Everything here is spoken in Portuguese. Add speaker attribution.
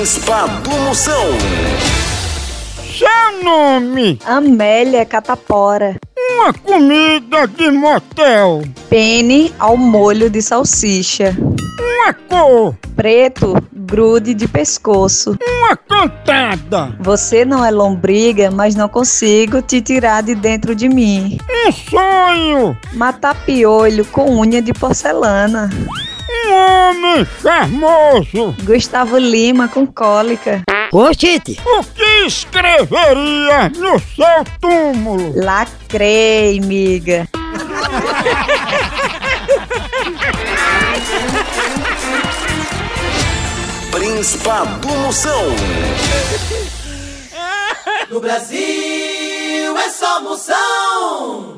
Speaker 1: Bispa do Moção.
Speaker 2: Seu nome,
Speaker 3: Amélia Catapora.
Speaker 2: uma comida de motel,
Speaker 3: Pene ao molho de salsicha.
Speaker 2: uma cor,
Speaker 3: Preto, grude de pescoço.
Speaker 2: uma cantada,
Speaker 3: Você não é lombriga, mas não consigo te tirar de dentro de mim.
Speaker 2: um sonho,
Speaker 3: Matar piolho com unha de porcelana.
Speaker 2: um homem charmoso.
Speaker 3: Gustavo Lima com cólica.
Speaker 4: Ô, Tite,
Speaker 2: O que escreveria no seu túmulo?
Speaker 3: Lacrei, miga.
Speaker 1: Bispa do Moção.
Speaker 5: No Brasil é só moção.